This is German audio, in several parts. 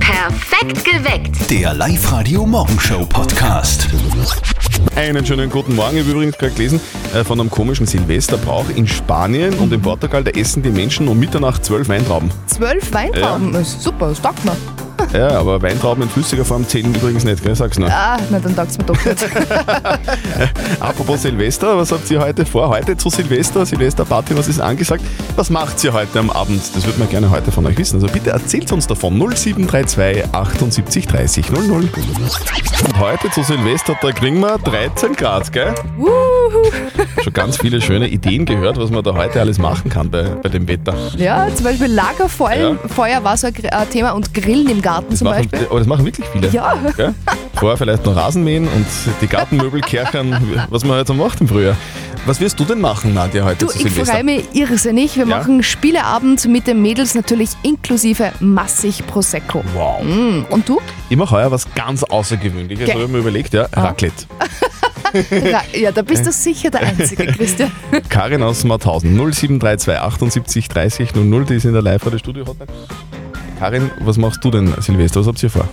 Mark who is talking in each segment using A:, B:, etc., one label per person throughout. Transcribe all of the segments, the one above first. A: Perfekt geweckt.
B: Der Live-Radio-Morgenshow-Podcast.
C: Einen schönen guten Morgen. Ich habe übrigens gerade gelesen äh, von einem komischen Silvesterbrauch in Spanien und in Portugal. Da essen die Menschen um Mitternacht zwölf Weintrauben.
D: Zwölf Weintrauben, das ist super, das taugt mir.
C: Ja, aber Weintrauben in flüssiger Form zählen übrigens nicht, gell? Sag's nur.
D: Ah, na dann taugt es mir doch nicht.
C: Apropos Silvester, was habt ihr heute vor? Heute zu Silvester, Silvesterparty, was ist angesagt? Was macht ihr heute am Abend? Das würde man gerne heute von euch wissen. Also bitte erzählt uns davon. 0732 78 30 00. Und heute zu Silvester, da kriegen wir 13 Grad, gell?
D: Wuhu.
C: Schon ganz viele schöne Ideen gehört, was man da heute alles machen kann bei, bei dem Wetter.
D: ja, zum Beispiel Lagerfeuer
C: Ja.
D: Feuer war so ein Gr- ein Thema und Grillen im Garten zum
C: machen,
D: Beispiel.
C: Aber das machen wirklich viele.
D: Ja.
C: Gell? Vorher vielleicht noch Rasen mähen und die Gartenmöbel kerchern, was man heute so macht im Frühjahr. Was wirst du denn machen, Nadja, heute
D: Du,
C: zu
D: ich
C: Silvester?
D: freue mich irrsinnig. Wir
C: Ja.
D: machen Spieleabend mit den Mädels natürlich inklusive massig Prosecco. Hm,
C: Wow.
D: Und du?
C: Ich mache heuer was ganz Außergewöhnliches,
D: Mm. Gell. Ah.
C: habe ich mir überlegt, ja. Raclette.
D: Ra- Ja, da bist du sicher der Einzige, Christian.
C: Karin aus Mauthausen, 0732 78 30 00, die ist in der Live-Radio-Studio-Hotline. Karin, was machst du denn Silvester? Was habt ihr vor?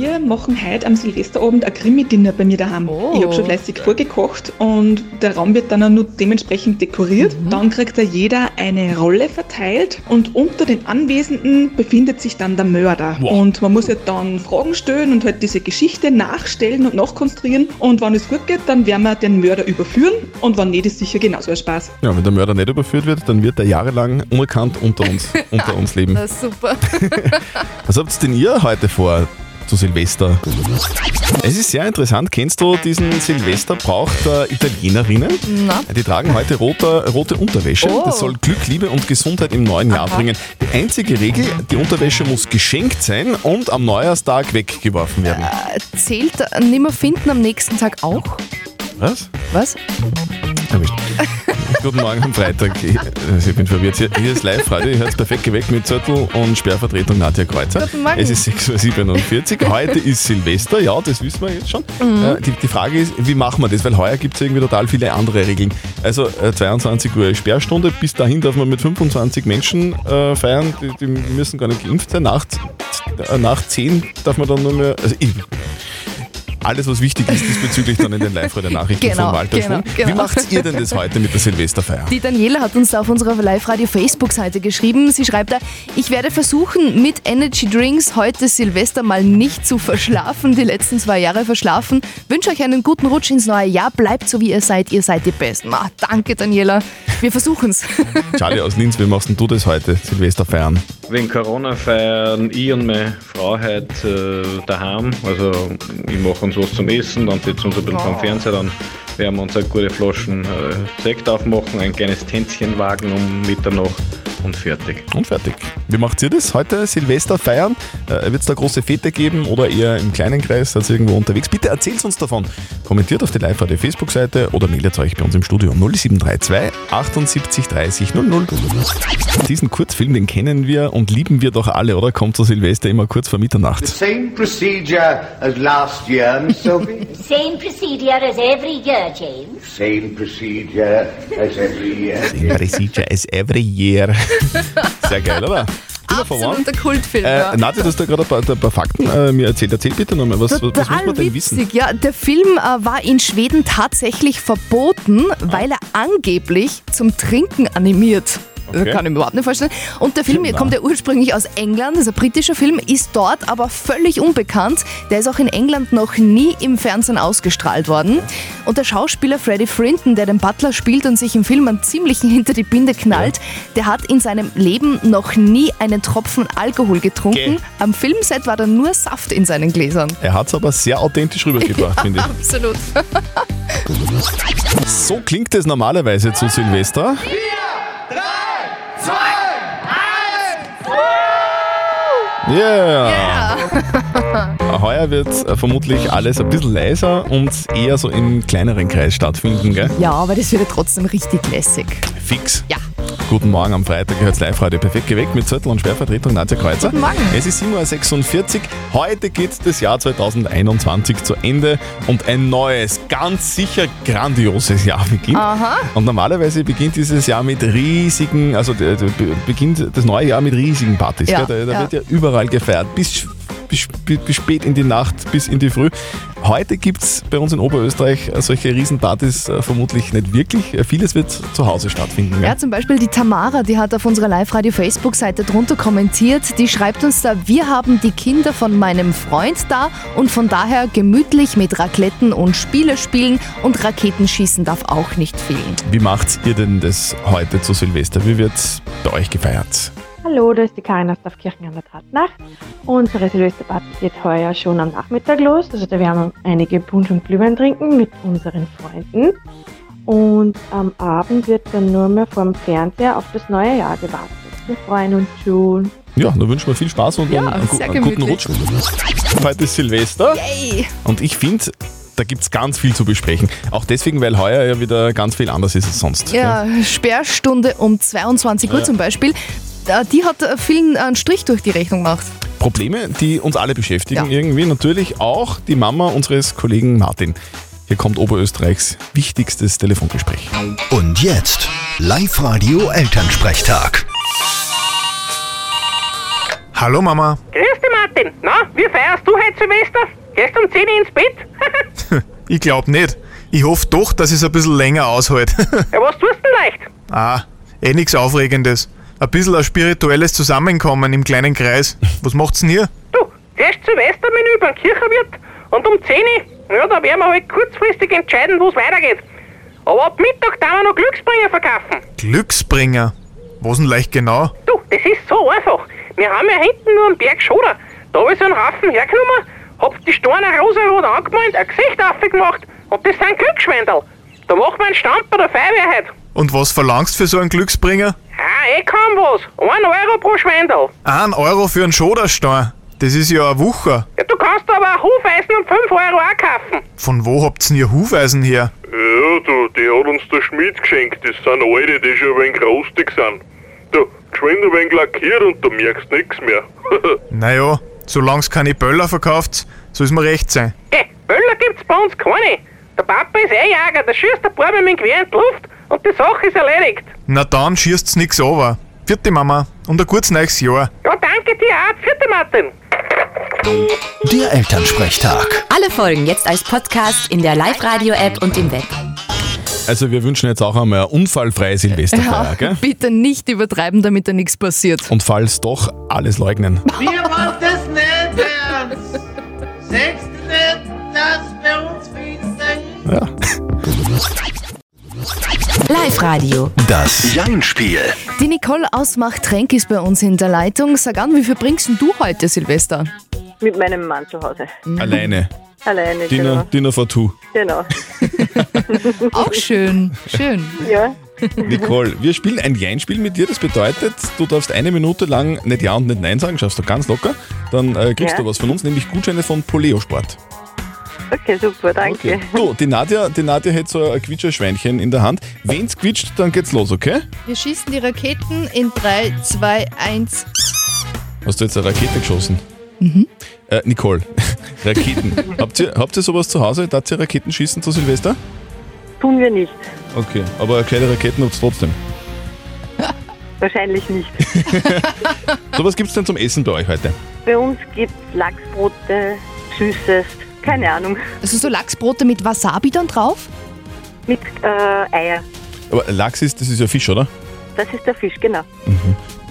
E: Wir machen heute am Silvesterabend ein Krimi-Dinner bei mir daheim.
D: Oh.
E: Ich habe schon fleißig vorgekocht und der Raum wird dann auch nur dementsprechend dekoriert. Dann kriegt da jeder eine Rolle verteilt und unter den Anwesenden befindet sich dann der Mörder.
C: Wow.
E: Und man muss ja dann Fragen stellen und halt diese Geschichte nachstellen und nachkonstruieren. Und wenn es gut geht, dann werden wir den Mörder überführen und wenn nicht, ist sicher genauso ein Spaß.
C: Ja, wenn der Mörder nicht überführt wird, dann wird er jahrelang unerkannt unter uns, unter uns leben.
D: Na, super.
C: Was habt denn ihr heute vor zu Silvester? Es ist sehr interessant. Kennst du diesen Silvesterbrauch der Italienerinnen?
D: Na?
C: Die tragen heute rote, rote Unterwäsche.
D: Oh.
C: Das soll Glück, Liebe und Gesundheit im neuen Jahr bringen. Die einzige Regel, die Unterwäsche muss geschenkt sein und am Neujahrstag weggeworfen werden.
D: Äh. Zählt nimmer finden am nächsten Tag auch?
C: Was?
D: Was?
C: Erwischt. Guten Morgen am Freitag. Ich, also ich bin verwirrt. Hier, hier ist Live-Radio. Ihr hört perfekt geweckt mit Zettel und Sperrvertretung Nadja Kreuzer.
D: Guten Morgen.
C: Es ist 6.47 Uhr. Heute ist Silvester. Ja, das wissen wir jetzt schon.
D: Mhm.
C: Äh, die, die Frage ist, wie machen wir das? Weil heuer gibt es irgendwie total viele andere Regeln. Also äh, 22 Uhr Sperrstunde. Bis dahin darf man mit 25 Menschen äh, feiern. Die, die müssen gar nicht geimpft sein. Nach, äh, nach 10 darf man dann nur mehr... Also ich, alles, was wichtig ist, diesbezüglich dann in den Live-Radio-Nachrichten
D: Genau,
C: von Walter
D: genau,
C: Schwung. Wie
D: genau.
C: macht ihr denn das heute mit der Silvesterfeier?
D: Die Daniela hat uns da auf unserer Live-Radio-Facebook-Seite geschrieben. Sie schreibt da, ich werde versuchen, mit Energy Drinks heute Silvester mal nicht zu verschlafen, die letzten zwei Jahre verschlafen. Wünsche euch einen guten Rutsch ins neue Jahr. Bleibt so, wie ihr seid. Ihr seid die Besten. Ah, danke, Daniela. Wir versuchen's.
C: Charlie aus Linz, wie machst denn du das heute, Silvesterfeiern?
F: Wegen Corona feiern ich und meine Frau heute äh, daheim. Also ich mache uns was zum Essen, dann sitzen wir uns ein bisschen vom Fernseher, dann werden wir uns eine gute Flaschen äh, Sekt aufmachen, ein kleines Tänzchen wagen um Mitternacht und fertig.
C: Und fertig. Wie macht ihr das heute, Silvesterfeiern? Äh, Wird es da große Fete geben oder eher im kleinen Kreis, seid ihr irgendwo unterwegs? Bitte erzählt uns davon. Kommentiert auf die Live-Radio-Facebook-Seite oder meldet euch bei uns im Studio um 0732 78 30 00. Diesen Kurzfilm, den kennen wir und lieben wir doch alle, oder? Kommt zu Silvester immer kurz vor Mitternacht.
G: Same procedure as last year, Miss Sophie.
H: Same procedure as every year, James.
G: Same procedure as every year.
C: Procedure as every year. Sehr geil, oder? Bin da verwandt?
D: Absoluter Kultfilm. ja.
C: Äh, Nadja, du hast da gerade ein paar, ein paar Fakten äh, mir erzählt. Erzähl bitte nochmal, was, was, was muss
D: Total
C: man denn wissen?
D: witzig. Ja, der Film äh, war in Schweden tatsächlich verboten, weil er angeblich zum Trinken animiert. Das
C: Okay. Genau.
D: Kann ich mir überhaupt nicht vorstellen. Und der Film
C: Na.
D: kommt ja ursprünglich aus England, das ist ein britischer Film, ist dort aber völlig unbekannt. Der ist auch in England noch nie im Fernsehen ausgestrahlt worden. Und der Schauspieler Freddie Frinton, der den Butler spielt und sich im Film einen ziemlichen hinter die Binde knallt, der hat in seinem Leben noch nie einen Tropfen Alkohol getrunken.
C: Geh.
D: Am Filmset war da nur Saft in seinen Gläsern.
C: Er hat es aber sehr authentisch rübergebracht, finde ich.
D: Absolut.
C: So klingt es normalerweise zu Silvester. Yeah. Heuer wird äh, vermutlich alles ein bisschen leiser und eher so im kleineren Kreis stattfinden, gell?
D: Ja, aber das wird ja trotzdem richtig lässig.
C: Fix.
D: Ja.
C: Guten Morgen am Freitag, gehört live heute perfekt geweckt mit Zettel und Schwervertretung Nadja Kreuzer.
D: Guten Morgen.
C: Es ist 7.46 Uhr. Heute geht das Jahr 2021 zu Ende und ein neues, ganz sicher grandioses Jahr beginnt.
D: Aha.
C: Und normalerweise beginnt dieses Jahr mit riesigen, also äh, be- beginnt das neue Jahr mit riesigen Partys.
D: Ja,
C: gell? Da, da
D: ja.
C: wird ja überall gefeiert. Bis bis, sp- bis spät in die Nacht, bis in die Früh. Heute gibt es bei uns in Oberösterreich solche Riesenpartys äh, vermutlich nicht wirklich. Äh, Vieles wird zu Hause stattfinden.
D: Ja, zum Beispiel die Tamara, die hat auf unserer Live-Radio-Facebook-Seite drunter kommentiert. Die schreibt uns da, wir haben die Kinder von meinem Freund da und von daher gemütlich mit Racletten und Spiele spielen und Raketenschießen darf auch nicht fehlen.
C: Wie macht ihr denn das heute zu Silvester? Wie wird bei euch gefeiert?
A: Hallo, da ist die Karin aus Dorfkirchen an der Tatnacht. Unsere Silvesterparty geht heuer schon am Nachmittag los. Also da werden wir einige Punsch und Glühwein trinken mit unseren Freunden. Und am Abend wird dann nur mehr vorm Fernseher auf das neue Jahr gewartet. Wir freuen uns schon.
C: Ja, da wünschen wir viel Spaß und
D: Ja,
C: einen, gu-
D: sehr
C: einen guten
D: gemütlich.
C: Rutsch. Heute ist Silvester.
D: Ey,
C: Und ich finde, da gibt es ganz viel zu besprechen. Auch deswegen, weil heuer ja wieder ganz viel anders ist als sonst.
D: ja, Sperrstunde um 22 Uhr zum Beispiel. Äh, Die hat äh, vielen einen Strich durch die Rechnung gemacht.
C: Probleme, die uns alle beschäftigen
D: Ja.
C: irgendwie. Natürlich auch die Mama unseres Kollegen Martin. Hier kommt Oberösterreichs wichtigstes Telefongespräch.
B: Und jetzt Live-Radio Elternsprechtag.
I: Hallo Mama.
J: Grüß dich, Martin. Na, wie feierst du heute Silvester? Gehst um 10 Uhr ins Bett?
I: Ich glaub nicht. Ich hoffe doch, dass es ein bisschen länger aushält.
J: ja, was tust du denn leicht?
I: ah, eh nichts Aufregendes. Ein bisschen ein spirituelles Zusammenkommen im kleinen Kreis. Was macht's denn hier?
J: Du, erst Silvestermenü beim Kirchenwirt und um 10 Uhr, ja, da werden wir halt kurzfristig entscheiden, wo es weitergeht. Aber ab Mittag darf man noch Glücksbringer verkaufen.
I: Glücksbringer. Was denn leicht genau?
J: Du, das ist so einfach. Wir haben ja hinten nur einen Berg Schoder. Da habe ich so einen Haufen hergenommen, hab die Steine rosarot angemalt, ein Gesicht aufgemacht und das sind Glücksschwendel. Da machen wir einen Stand bei der Feuerwehr heute.
I: Und was verlangst für so einen Glücksbringer?
J: Ah, eh kaum was. 1 Euro pro Schwendel.
I: Ein Euro für einen Schoderstein. Das ist ja ein Wucher.
J: Ja, du kannst aber auch Hufeisen um 5 Euro auch kaufen.
I: Von wo habt's denn ihr Hufeisen her?
J: Ja, du, die hat uns der Schmied geschenkt. Das sind alte, die schon ein wenig rostig sind. Du, geschwind ein wenig lackiert und du merkst nichts mehr.
I: Naja, solang's keine Böller verkauft, soll's mir recht sein.
J: Hey, Böller gibt's bei uns keine. Der Papa ist eh Jäger, der schießt der Bauer mit dem Gewehr in die Luft und die Sache ist erledigt.
I: Na dann schießt's nix over. Vierte Mama und ein gutes neues Jahr.
J: Ja, danke dir auch. Vierte Martin.
B: Der Elternsprechtag.
K: Alle Folgen jetzt als Podcast in der Live-Radio-App und im Web.
C: Also wir wünschen jetzt auch einmal eine unfallfreie Silvesterfeier, gell?
D: Bitte nicht übertreiben, damit da nichts passiert.
C: Und falls doch, alles leugnen.
G: Wir machen das nicht ernst. Sechst nicht, dass bei uns wissen.
C: Ja.
K: Live-Radio.
B: Das Jein-Spiel.
D: Die Nicole aus Machtrenk ist bei uns in der Leitung. Sag an, wie viel bringst denn du heute, Silvester?
A: Mit meinem Mann zu Hause.
C: Alleine.
A: Alleine,
C: Dinner, Dinner for two.
A: genau.
D: Auch schön, schön.
A: Ja,
C: Nicole, wir spielen ein Jein-Spiel mit dir. Das bedeutet, du darfst eine Minute lang nicht Ja und nicht Nein sagen, schaffst du ganz locker. Dann äh, kriegst
A: Ja.
C: du was von uns, nämlich Gutscheine von Poleo Sport.
A: okay, super, danke.
C: Du, die Nadja, die Nadja hat so ein Quitscherschweinchen in der Hand. Wenn's quitscht, dann geht's los, okay?
D: Wir schießen die Raketen in 3, 2, 1.
C: Hast du jetzt eine Rakete geschossen? Mhm. Äh, Nicole, Raketen. habt, ihr, habt ihr sowas zu Hause? Darf ihr Raketen schießen zu Silvester?
A: Tun wir nicht.
C: Okay, aber kleine Raketen habt's trotzdem.
A: Wahrscheinlich nicht.
C: So, was gibt's denn zum Essen bei euch heute?
A: Bei uns gibt es Lachsbrote, Süßes, keine Ahnung,
D: Also so Lachsbrote mit Wasabi dann drauf?
A: mit äh, Eier.
C: Aber Lachs ist, das ist ja Fisch, oder?
A: Das ist der Fisch, genau.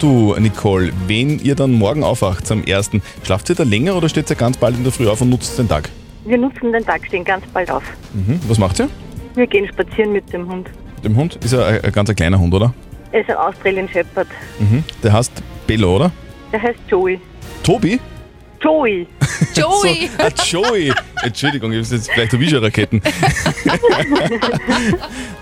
C: Du, Nicole, wenn ihr dann morgen aufwacht am 1., schlaft ihr da länger oder steht ihr ganz bald in der Früh auf und nutzt den Tag?
A: Wir nutzen den Tag, stehen ganz bald auf.
C: Mhm. Was macht ihr?
A: Wir gehen spazieren mit dem Hund.
C: Dem Hund? Ist ja ein, ein ganz ein kleiner Hund, oder?
A: Er ist ein Australian Shepherd.
C: Mhm. Der heißt Bello, oder?
A: Der heißt Joey.
C: Tobi?
A: Joey!
D: Joey!
C: So, ah, Joey. Entschuldigung, ich hab's jetzt vielleicht habe ich schon Raketen.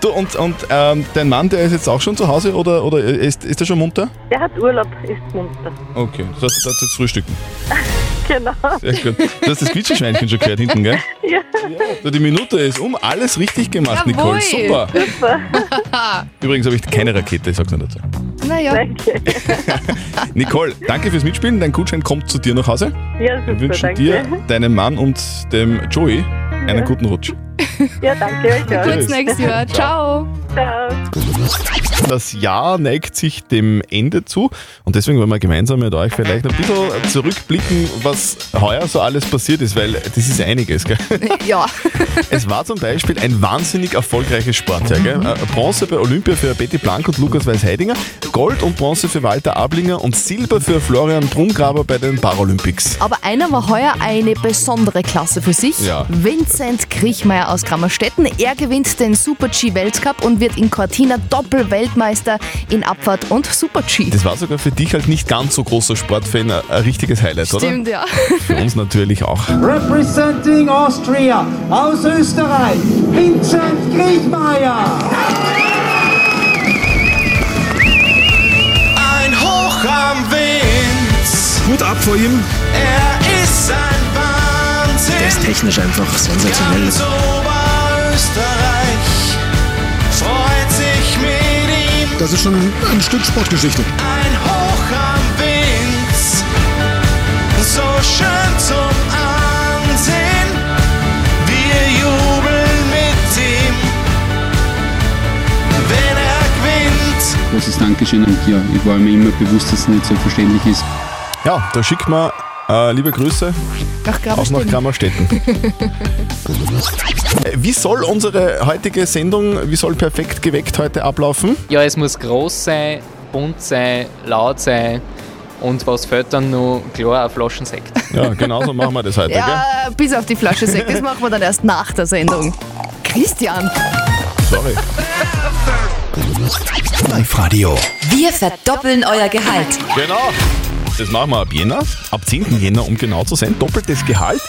C: du, und, und ähm, dein Mann, der ist jetzt auch schon zu Hause oder, oder ist, ist der schon munter?
A: Der hat Urlaub, ist munter.
C: Okay, das heißt, du darfst jetzt frühstücken.
A: Genau.
C: Sehr gut. Du hast das Quitscheschweinchen schon gehört hinten, gell?
A: Ja.
C: So, die Minute ist um. Alles richtig gemacht,
D: Jawohl.
C: Nicole. Super. Übrigens habe ich keine Rakete, ich sag's nur dazu.
D: Naja,
A: Danke.
C: Nicole, danke fürs Mitspielen. Dein Gutschein kommt zu dir nach Hause.
A: Ja,
C: Wir
A: super,
C: wünschen
A: danke.
C: dir, deinem Mann und dem Joey einen guten Rutsch.
A: Ja, danke euch. auch.
D: kurz nächstes Jahr. Ciao.
A: Ciao.
C: Das Jahr neigt sich dem Ende zu und deswegen wollen wir gemeinsam mit euch vielleicht ein bisschen zurückblicken, was heuer so alles passiert ist, weil das ist einiges. Gell?
D: Ja.
C: Es war zum Beispiel ein wahnsinnig erfolgreiches Sportjahr. Gell? Äh, Bronze bei Olympia für Betty Blank und Lukas Weiß-Heidinger, Gold und Bronze für Walter Ablinger und Silber für Florian Brumgraber bei den Paralympics.
D: Aber einer war heuer eine besondere Klasse für sich.
C: Ja.
D: Vincent Kriechmeier aus Grammerstetten. Er gewinnt den Super-G-Weltcup und wird in Cortina Doppel-Weltmeister in Abfahrt und Super-G.
C: Das war sogar für dich halt nicht ganz so großer Sportfan äh, ein ein richtiges Highlight,
D: Stimmt, ja.
C: oder? Für uns natürlich auch.
G: Representing Austria aus Österreich, Vincent Kriechmeier.
L: Ein Hoch am Wind. Hut ab vor ihm. Er ist ein Wahnsinn.
M: Der ist technisch einfach sensationell.
L: Ganz Oberösterreich freut sich mit ihm.
M: Das ist schon ein Stück Sportgeschichte.
L: Ein Hoch am Wind. So schön zum Ansehen. Wir jubeln mit ihm, wenn er gewinnt.
N: Großes Dankeschön an dir. Ich war mir immer bewusst, dass es nicht selbstverständlich ist.
C: Ja, da schickt man äh, liebe Grüße
D: Nach
C: auch nach
D: Grammerstetten.
C: Grammerstetten. Äh, wie soll unsere heutige Sendung, wie soll perfekt geweckt heute ablaufen?
O: Ja, es muss groß sein, bunt sein, laut sein und was fehlt dann noch? Klar, ein Flaschensekt.
C: Ja, genau so machen wir das heute.
D: Ja, bis auf die Flasche Sekt. Das machen wir dann erst nach der Sendung. Christian.
C: Sorry.
B: Live-Radio.
K: Wir verdoppeln euer Gehalt.
C: Genau. Das machen wir ab Jänner, ab 10. Jänner, um genau zu sein. Doppeltes Gehalt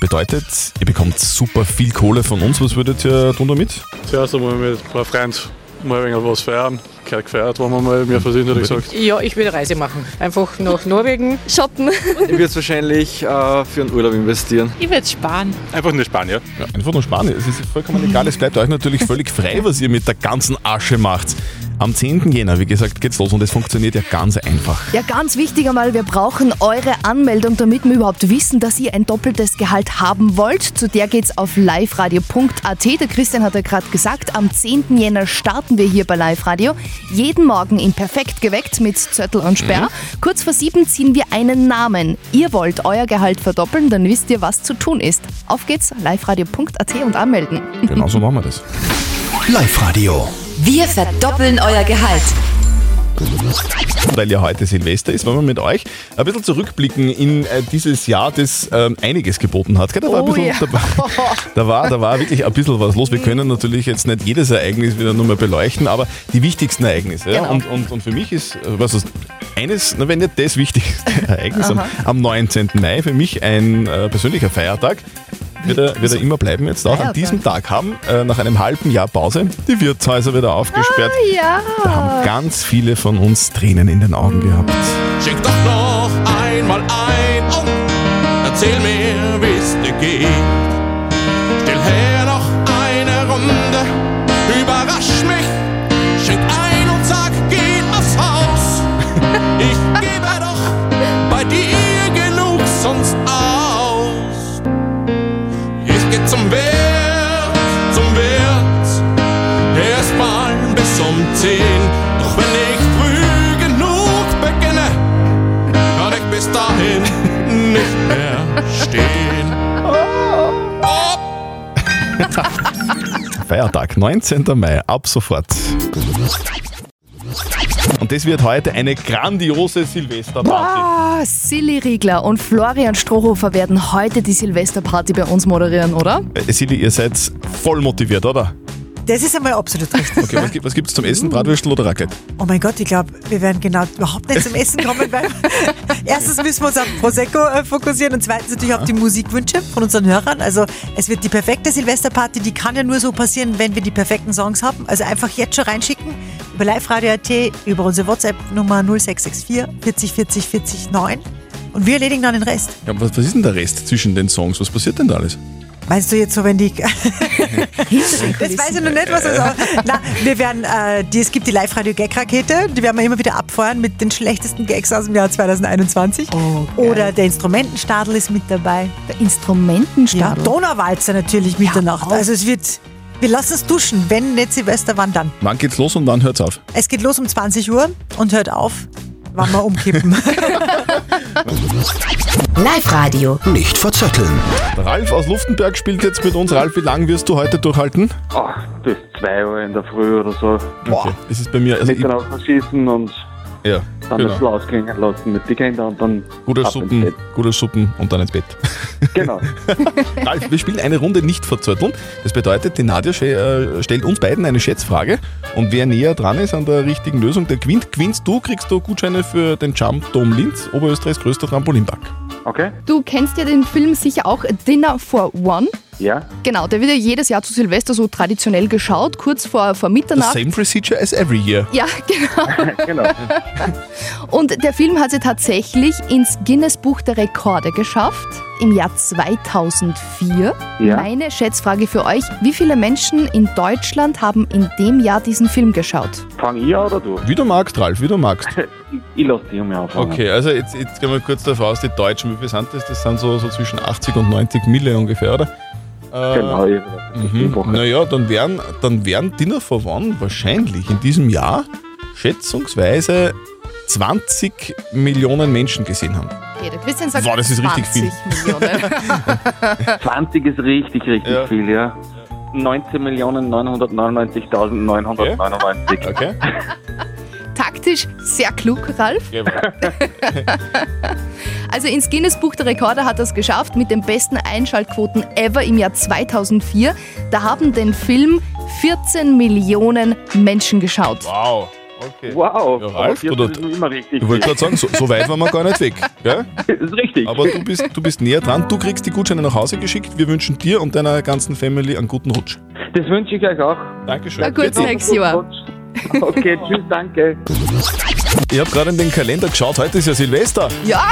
C: bedeutet, ihr bekommt super viel Kohle von uns. Was würdet ihr tun damit?
P: Zuerst einmal mit ein paar Freunden mal ein wenig was feiern. Gehört gefeiert, wenn man mal mir versehentlich gesagt.
Q: Ja, ich will Reise machen. Einfach nach Norwegen shoppen.
R: Ich würde es wahrscheinlich äh, für einen Urlaub investieren.
Q: Ich will sparen.
C: Einfach nur Spanier. Ja, einfach nur Spanier. Es ist vollkommen egal. Es bleibt euch natürlich völlig frei, was ihr mit der ganzen Asche macht. Am 10. Jänner, wie gesagt, geht's los und es funktioniert ja ganz einfach.
D: Ja, ganz wichtig einmal, wir brauchen eure Anmeldung, damit wir überhaupt wissen, dass ihr ein doppeltes Gehalt haben wollt. Zu der geht's auf liveradio.at. Der Christian hat ja gerade gesagt, am 10. Jänner starten wir hier bei Live Radio. Jeden Morgen in Perfekt geweckt mit Zöttel und Sperr. Kurz vor sieben ziehen wir einen Namen. Ihr wollt euer Gehalt verdoppeln, dann wisst ihr, was zu tun ist. Auf geht's, liveradio.at und anmelden.
C: Genau
D: Mhm.
C: so machen wir das.
B: Live-Radio.
K: Wir verdoppeln euer Gehalt.
C: Weil ja heute Silvester ist, wollen wir mit euch ein bisschen zurückblicken in äh, dieses Jahr, das ähm, einiges geboten hat. Gell? Da, war ein
D: Oh
C: bisschen,
D: ja.
C: da, war- da, war, da war wirklich ein bisschen was los. Wir können natürlich jetzt nicht jedes Ereignis wieder nur mal beleuchten, aber die wichtigsten Ereignisse. Ja?
D: Genau.
C: Und, und, und für mich ist, äh, was ist eines, na, wenn nicht das wichtigste Ereignis am,
D: Aha.
C: am 19. Mai, für mich ein äh, persönlicher Feiertag. Wird er, wird er immer bleiben jetzt auch. An
D: Feiertag.
C: diesem Tag haben, äh, nach einem halben Jahr Pause, die Wirtshäuser wieder aufgesperrt.
D: Ah, Ja.
C: Da haben ganz viele von uns Tränen in den Augen gehabt.
L: Schick doch noch einmal ein und erzähl mir, wie's dir geht. Stell her noch eine Runde, überrasch mich, schenk ein und sag, geht aufs Haus. Ich gebe doch bei dir genug sonst aus. Ich geh zum Wirt, zum Wirt, erstmal bis um zehn. Doch wenn ich früh genug beginne, kann ich bis dahin nicht mehr stehen.
C: Feiertag, 19. Mai, ab sofort. Und das wird heute eine grandiose Silvesterparty.
D: Boah, Ah, Silly Riegler und Florian Strohhofer werden heute die Silvesterparty bei uns moderieren, oder?
C: Äh, Silly, ihr seid voll motiviert, oder?
S: Das ist einmal absolut richtig.
C: Okay, was, gibt, was gibt's zum Essen? Bratwürstel oder Raclette?
S: Oh mein Gott, ich glaube, wir werden genau überhaupt nicht zum Essen kommen, weil erstens müssen wir uns auf Prosecco äh, fokussieren und zweitens natürlich auf die Musikwünsche von unseren Hörern. Also es wird die perfekte Silvesterparty, die kann ja nur so passieren, wenn wir die perfekten Songs haben. Also einfach jetzt schon reinschicken über liveradio.at, über unsere WhatsApp-Nummer 0664 40 40 40 9 und wir erledigen dann den Rest.
C: Ja, was, was ist denn der Rest zwischen den Songs? Was passiert denn da alles?
S: Meinst du jetzt so, wenn die... das weiß ich noch nicht, was das auch... Na, wir werden, äh, die, es gibt die Live-Radio-Gag-Rakete, die werden wir immer wieder abfeuern mit den schlechtesten Gags aus dem Jahr 2021.
O: Oh,
S: Oder der Instrumentenstadel ist mit dabei.
D: Der Instrumentenstadel?
S: Ja, Donauwalzer natürlich mit der Nacht. Also es wird Wir lassen es duschen, wenn nicht Silvester, wann dann?
C: Wann geht's los und wann hört's auf?
S: Es geht los um 20 Uhr und hört auf, wann wir umkippen.
C: Live-Radio. Nicht verzetteln. Ralf aus Luftenberg spielt jetzt mit uns. Ralf, wie lange wirst du heute durchhalten?
T: Ach, Ah, bis 2 Uhr in der Früh oder so.
C: Okay, es ist bei mir. Also
T: mit den Augen schießen und
C: Ja,
T: dann
C: genau.
T: genau. das ausklingen lassen mit den Kindern und dann.
C: Gute
T: ab ins
C: Suppen,
T: Bett.
C: gute Suppen und dann ins Bett.
T: Genau.
C: Ralf, wir spielen eine Runde nicht verzötteln. Das bedeutet, die Nadja sche- äh, stellt uns beiden eine Schätzfrage und wer näher dran ist an der richtigen Lösung, der gewinnt. Gewinnst du, kriegst du Gutscheine für den Jump Dom Linz, Oberösterreichs größter Trampolinpark.
T: Okay.
D: Du kennst ja den Film sicher auch Dinner for One.
T: Ja.
D: Genau, der wird ja jedes Jahr zu Silvester so traditionell geschaut, kurz vor, vor
C: The
D: Mitternacht.
C: same procedure as every year.
D: Ja, genau.
T: genau.
D: Und der Film hat sie tatsächlich ins Guinness Buch der Rekorde geschafft im Jahr 2004.
T: Ja.
D: Meine Schätzfrage für euch, wie viele Menschen in Deutschland haben in dem Jahr diesen Film geschaut?
T: Fang ich an oder du?
C: Wie du magst, Ralf, wie du magst.
T: Ich lasse dich um mich anfangen.
C: Okay, also jetzt, jetzt gehen wir kurz davon aus, die Deutschen, wie viel sind das? Das sind so, so zwischen 80 und 90 Mille ungefähr, oder?
T: Genau, ich
C: Mhm. Naja, dann wären, dann wären Dinner for One wahrscheinlich in diesem Jahr schätzungsweise 20 Millionen Menschen gesehen haben.
D: Okay, der Christian sagt
C: Wow, das ist richtig
D: 20 Millionen.
T: 20 ist richtig, richtig viel, ja. 19.999.999.
C: Okay.
D: Taktisch sehr klug, Ralf.
C: Genau.
D: Also ins Guinness Buch der Rekorde hat er es geschafft mit den besten Einschaltquoten ever im Jahr 2004. Da haben den Film 14 Millionen Menschen geschaut.
C: Wow. Okay.
T: Wow.
C: Ja, Ralf,
T: aber
C: du,
T: das ist noch immer richtig.
C: ich wollte gerade sagen, so, so weit waren wir gar nicht weg. Gell?
T: ist richtig.
C: Aber du bist, du bist näher dran, du kriegst die Gutscheine nach Hause geschickt. Wir wünschen dir und deiner ganzen Family einen guten Rutsch.
T: Das wünsche ich euch auch.
C: Dankeschön.
D: Na gut, nächstes Jahr.
T: Okay, tschüss, danke.
C: Ich habe gerade in den Kalender geschaut, heute ist ja Silvester.
D: Ja,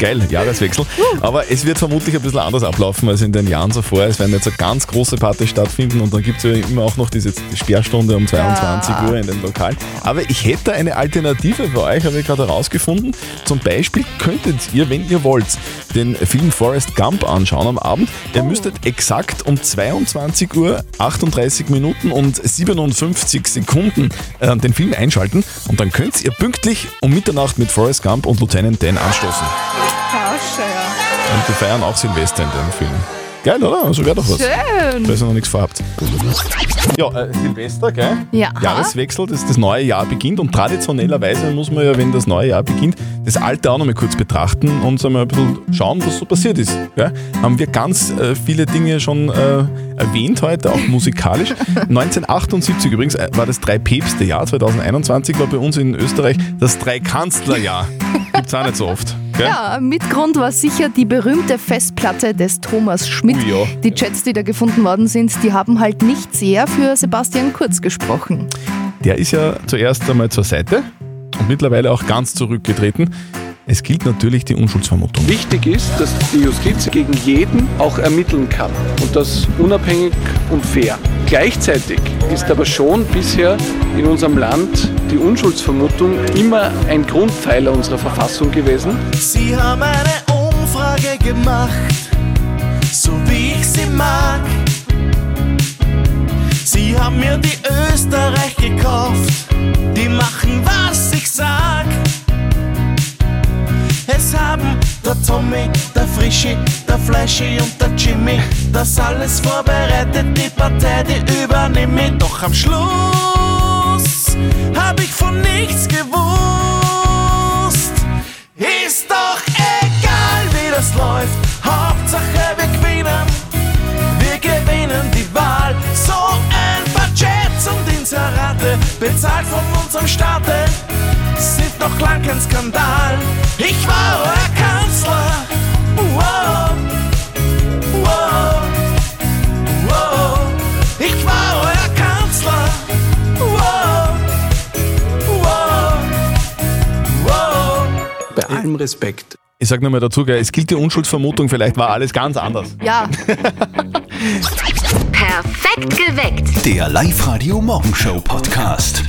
C: Geil, Jahreswechsel. Aber es wird vermutlich ein bisschen anders ablaufen als in den Jahren zuvor. Es werden jetzt eine ganz große Party stattfinden und dann gibt es ja immer auch noch diese Sperrstunde um 22
D: Ja.
C: Uhr in den Lokalen. Aber ich hätte eine Alternative für euch, habe ich gerade herausgefunden. Zum Beispiel könntet ihr, wenn ihr wollt, den Film Forrest Gump anschauen am Abend. Ihr müsstet exakt um 22 Uhr 38 Minuten und 57 Sekunden äh, den Film einschalten und dann könnt ihr pünktlich um Mitternacht mit Forrest Gump und Lieutenant Dan anstoßen. Und die feiern auch Silvester in dem Film. Geil, oder? Also wäre doch was.
D: Schön.
C: Da ist ja noch nichts vorhabt. Ja, äh, Silvester, gell?
D: Ja.
C: Jahreswechsel, das, das neue Jahr beginnt und traditionellerweise muss man ja, wenn das neue Jahr beginnt, das alte auch noch mal kurz betrachten und so mal ein bisschen schauen, was so passiert ist. Gell? Haben wir ganz äh, viele Dinge schon äh, erwähnt heute, auch musikalisch. 1978 übrigens äh, war das Drei-Päpste-Jahr, 2021 war bei uns in Österreich das Drei-Kanzler-Jahr. Gibt's auch nicht so oft. Gell?
D: Ja, Mitgrund Äh, war sicher die berühmte Festplatte des Thomas
C: Ui,
D: Schmidt.
C: Oh ja.
D: Die Chats, die da gefunden worden sind, die haben halt nicht sehr für Sebastian Kurz gesprochen.
C: Der ist ja zuerst einmal zur Seite und mittlerweile auch ganz zurückgetreten. Es gilt natürlich die Unschuldsvermutung.
R: Wichtig ist, dass die Justiz gegen jeden auch ermitteln kann und das unabhängig und fair. Gleichzeitig ist aber schon bisher in unserem Land die Unschuldsvermutung immer ein Grundpfeiler unserer Verfassung gewesen.
G: Sie haben eine Umfrage gemacht, so wie ich sie mag. Sie haben mir die Österreich gekauft, die machen, was ich sag. Es haben der Tommy, der Frischi, der Flashy und der Jimmy das alles vorbereitet, die Partei, die übernehme ich. Doch am Schluss hab ich von nichts gewusst. Ist doch egal, wie das läuft, Hauptsache wir gewinnen. Wir gewinnen die Wahl. So ein Budget und Inserate, bezahlt von unserem Staate, sind noch lang kein Skandal. Ich war euer Kanzler. Wow, wow, wow. Ich war euer Kanzler. Wow, wow, wow.
R: Bei allem Respekt.
C: Ich sag nochmal dazu, gell, es gilt die Unschuldsvermutung, vielleicht war alles ganz anders.
D: Ja.
K: Perfekt geweckt.
B: Der Live-Radio Morgenshow Podcast.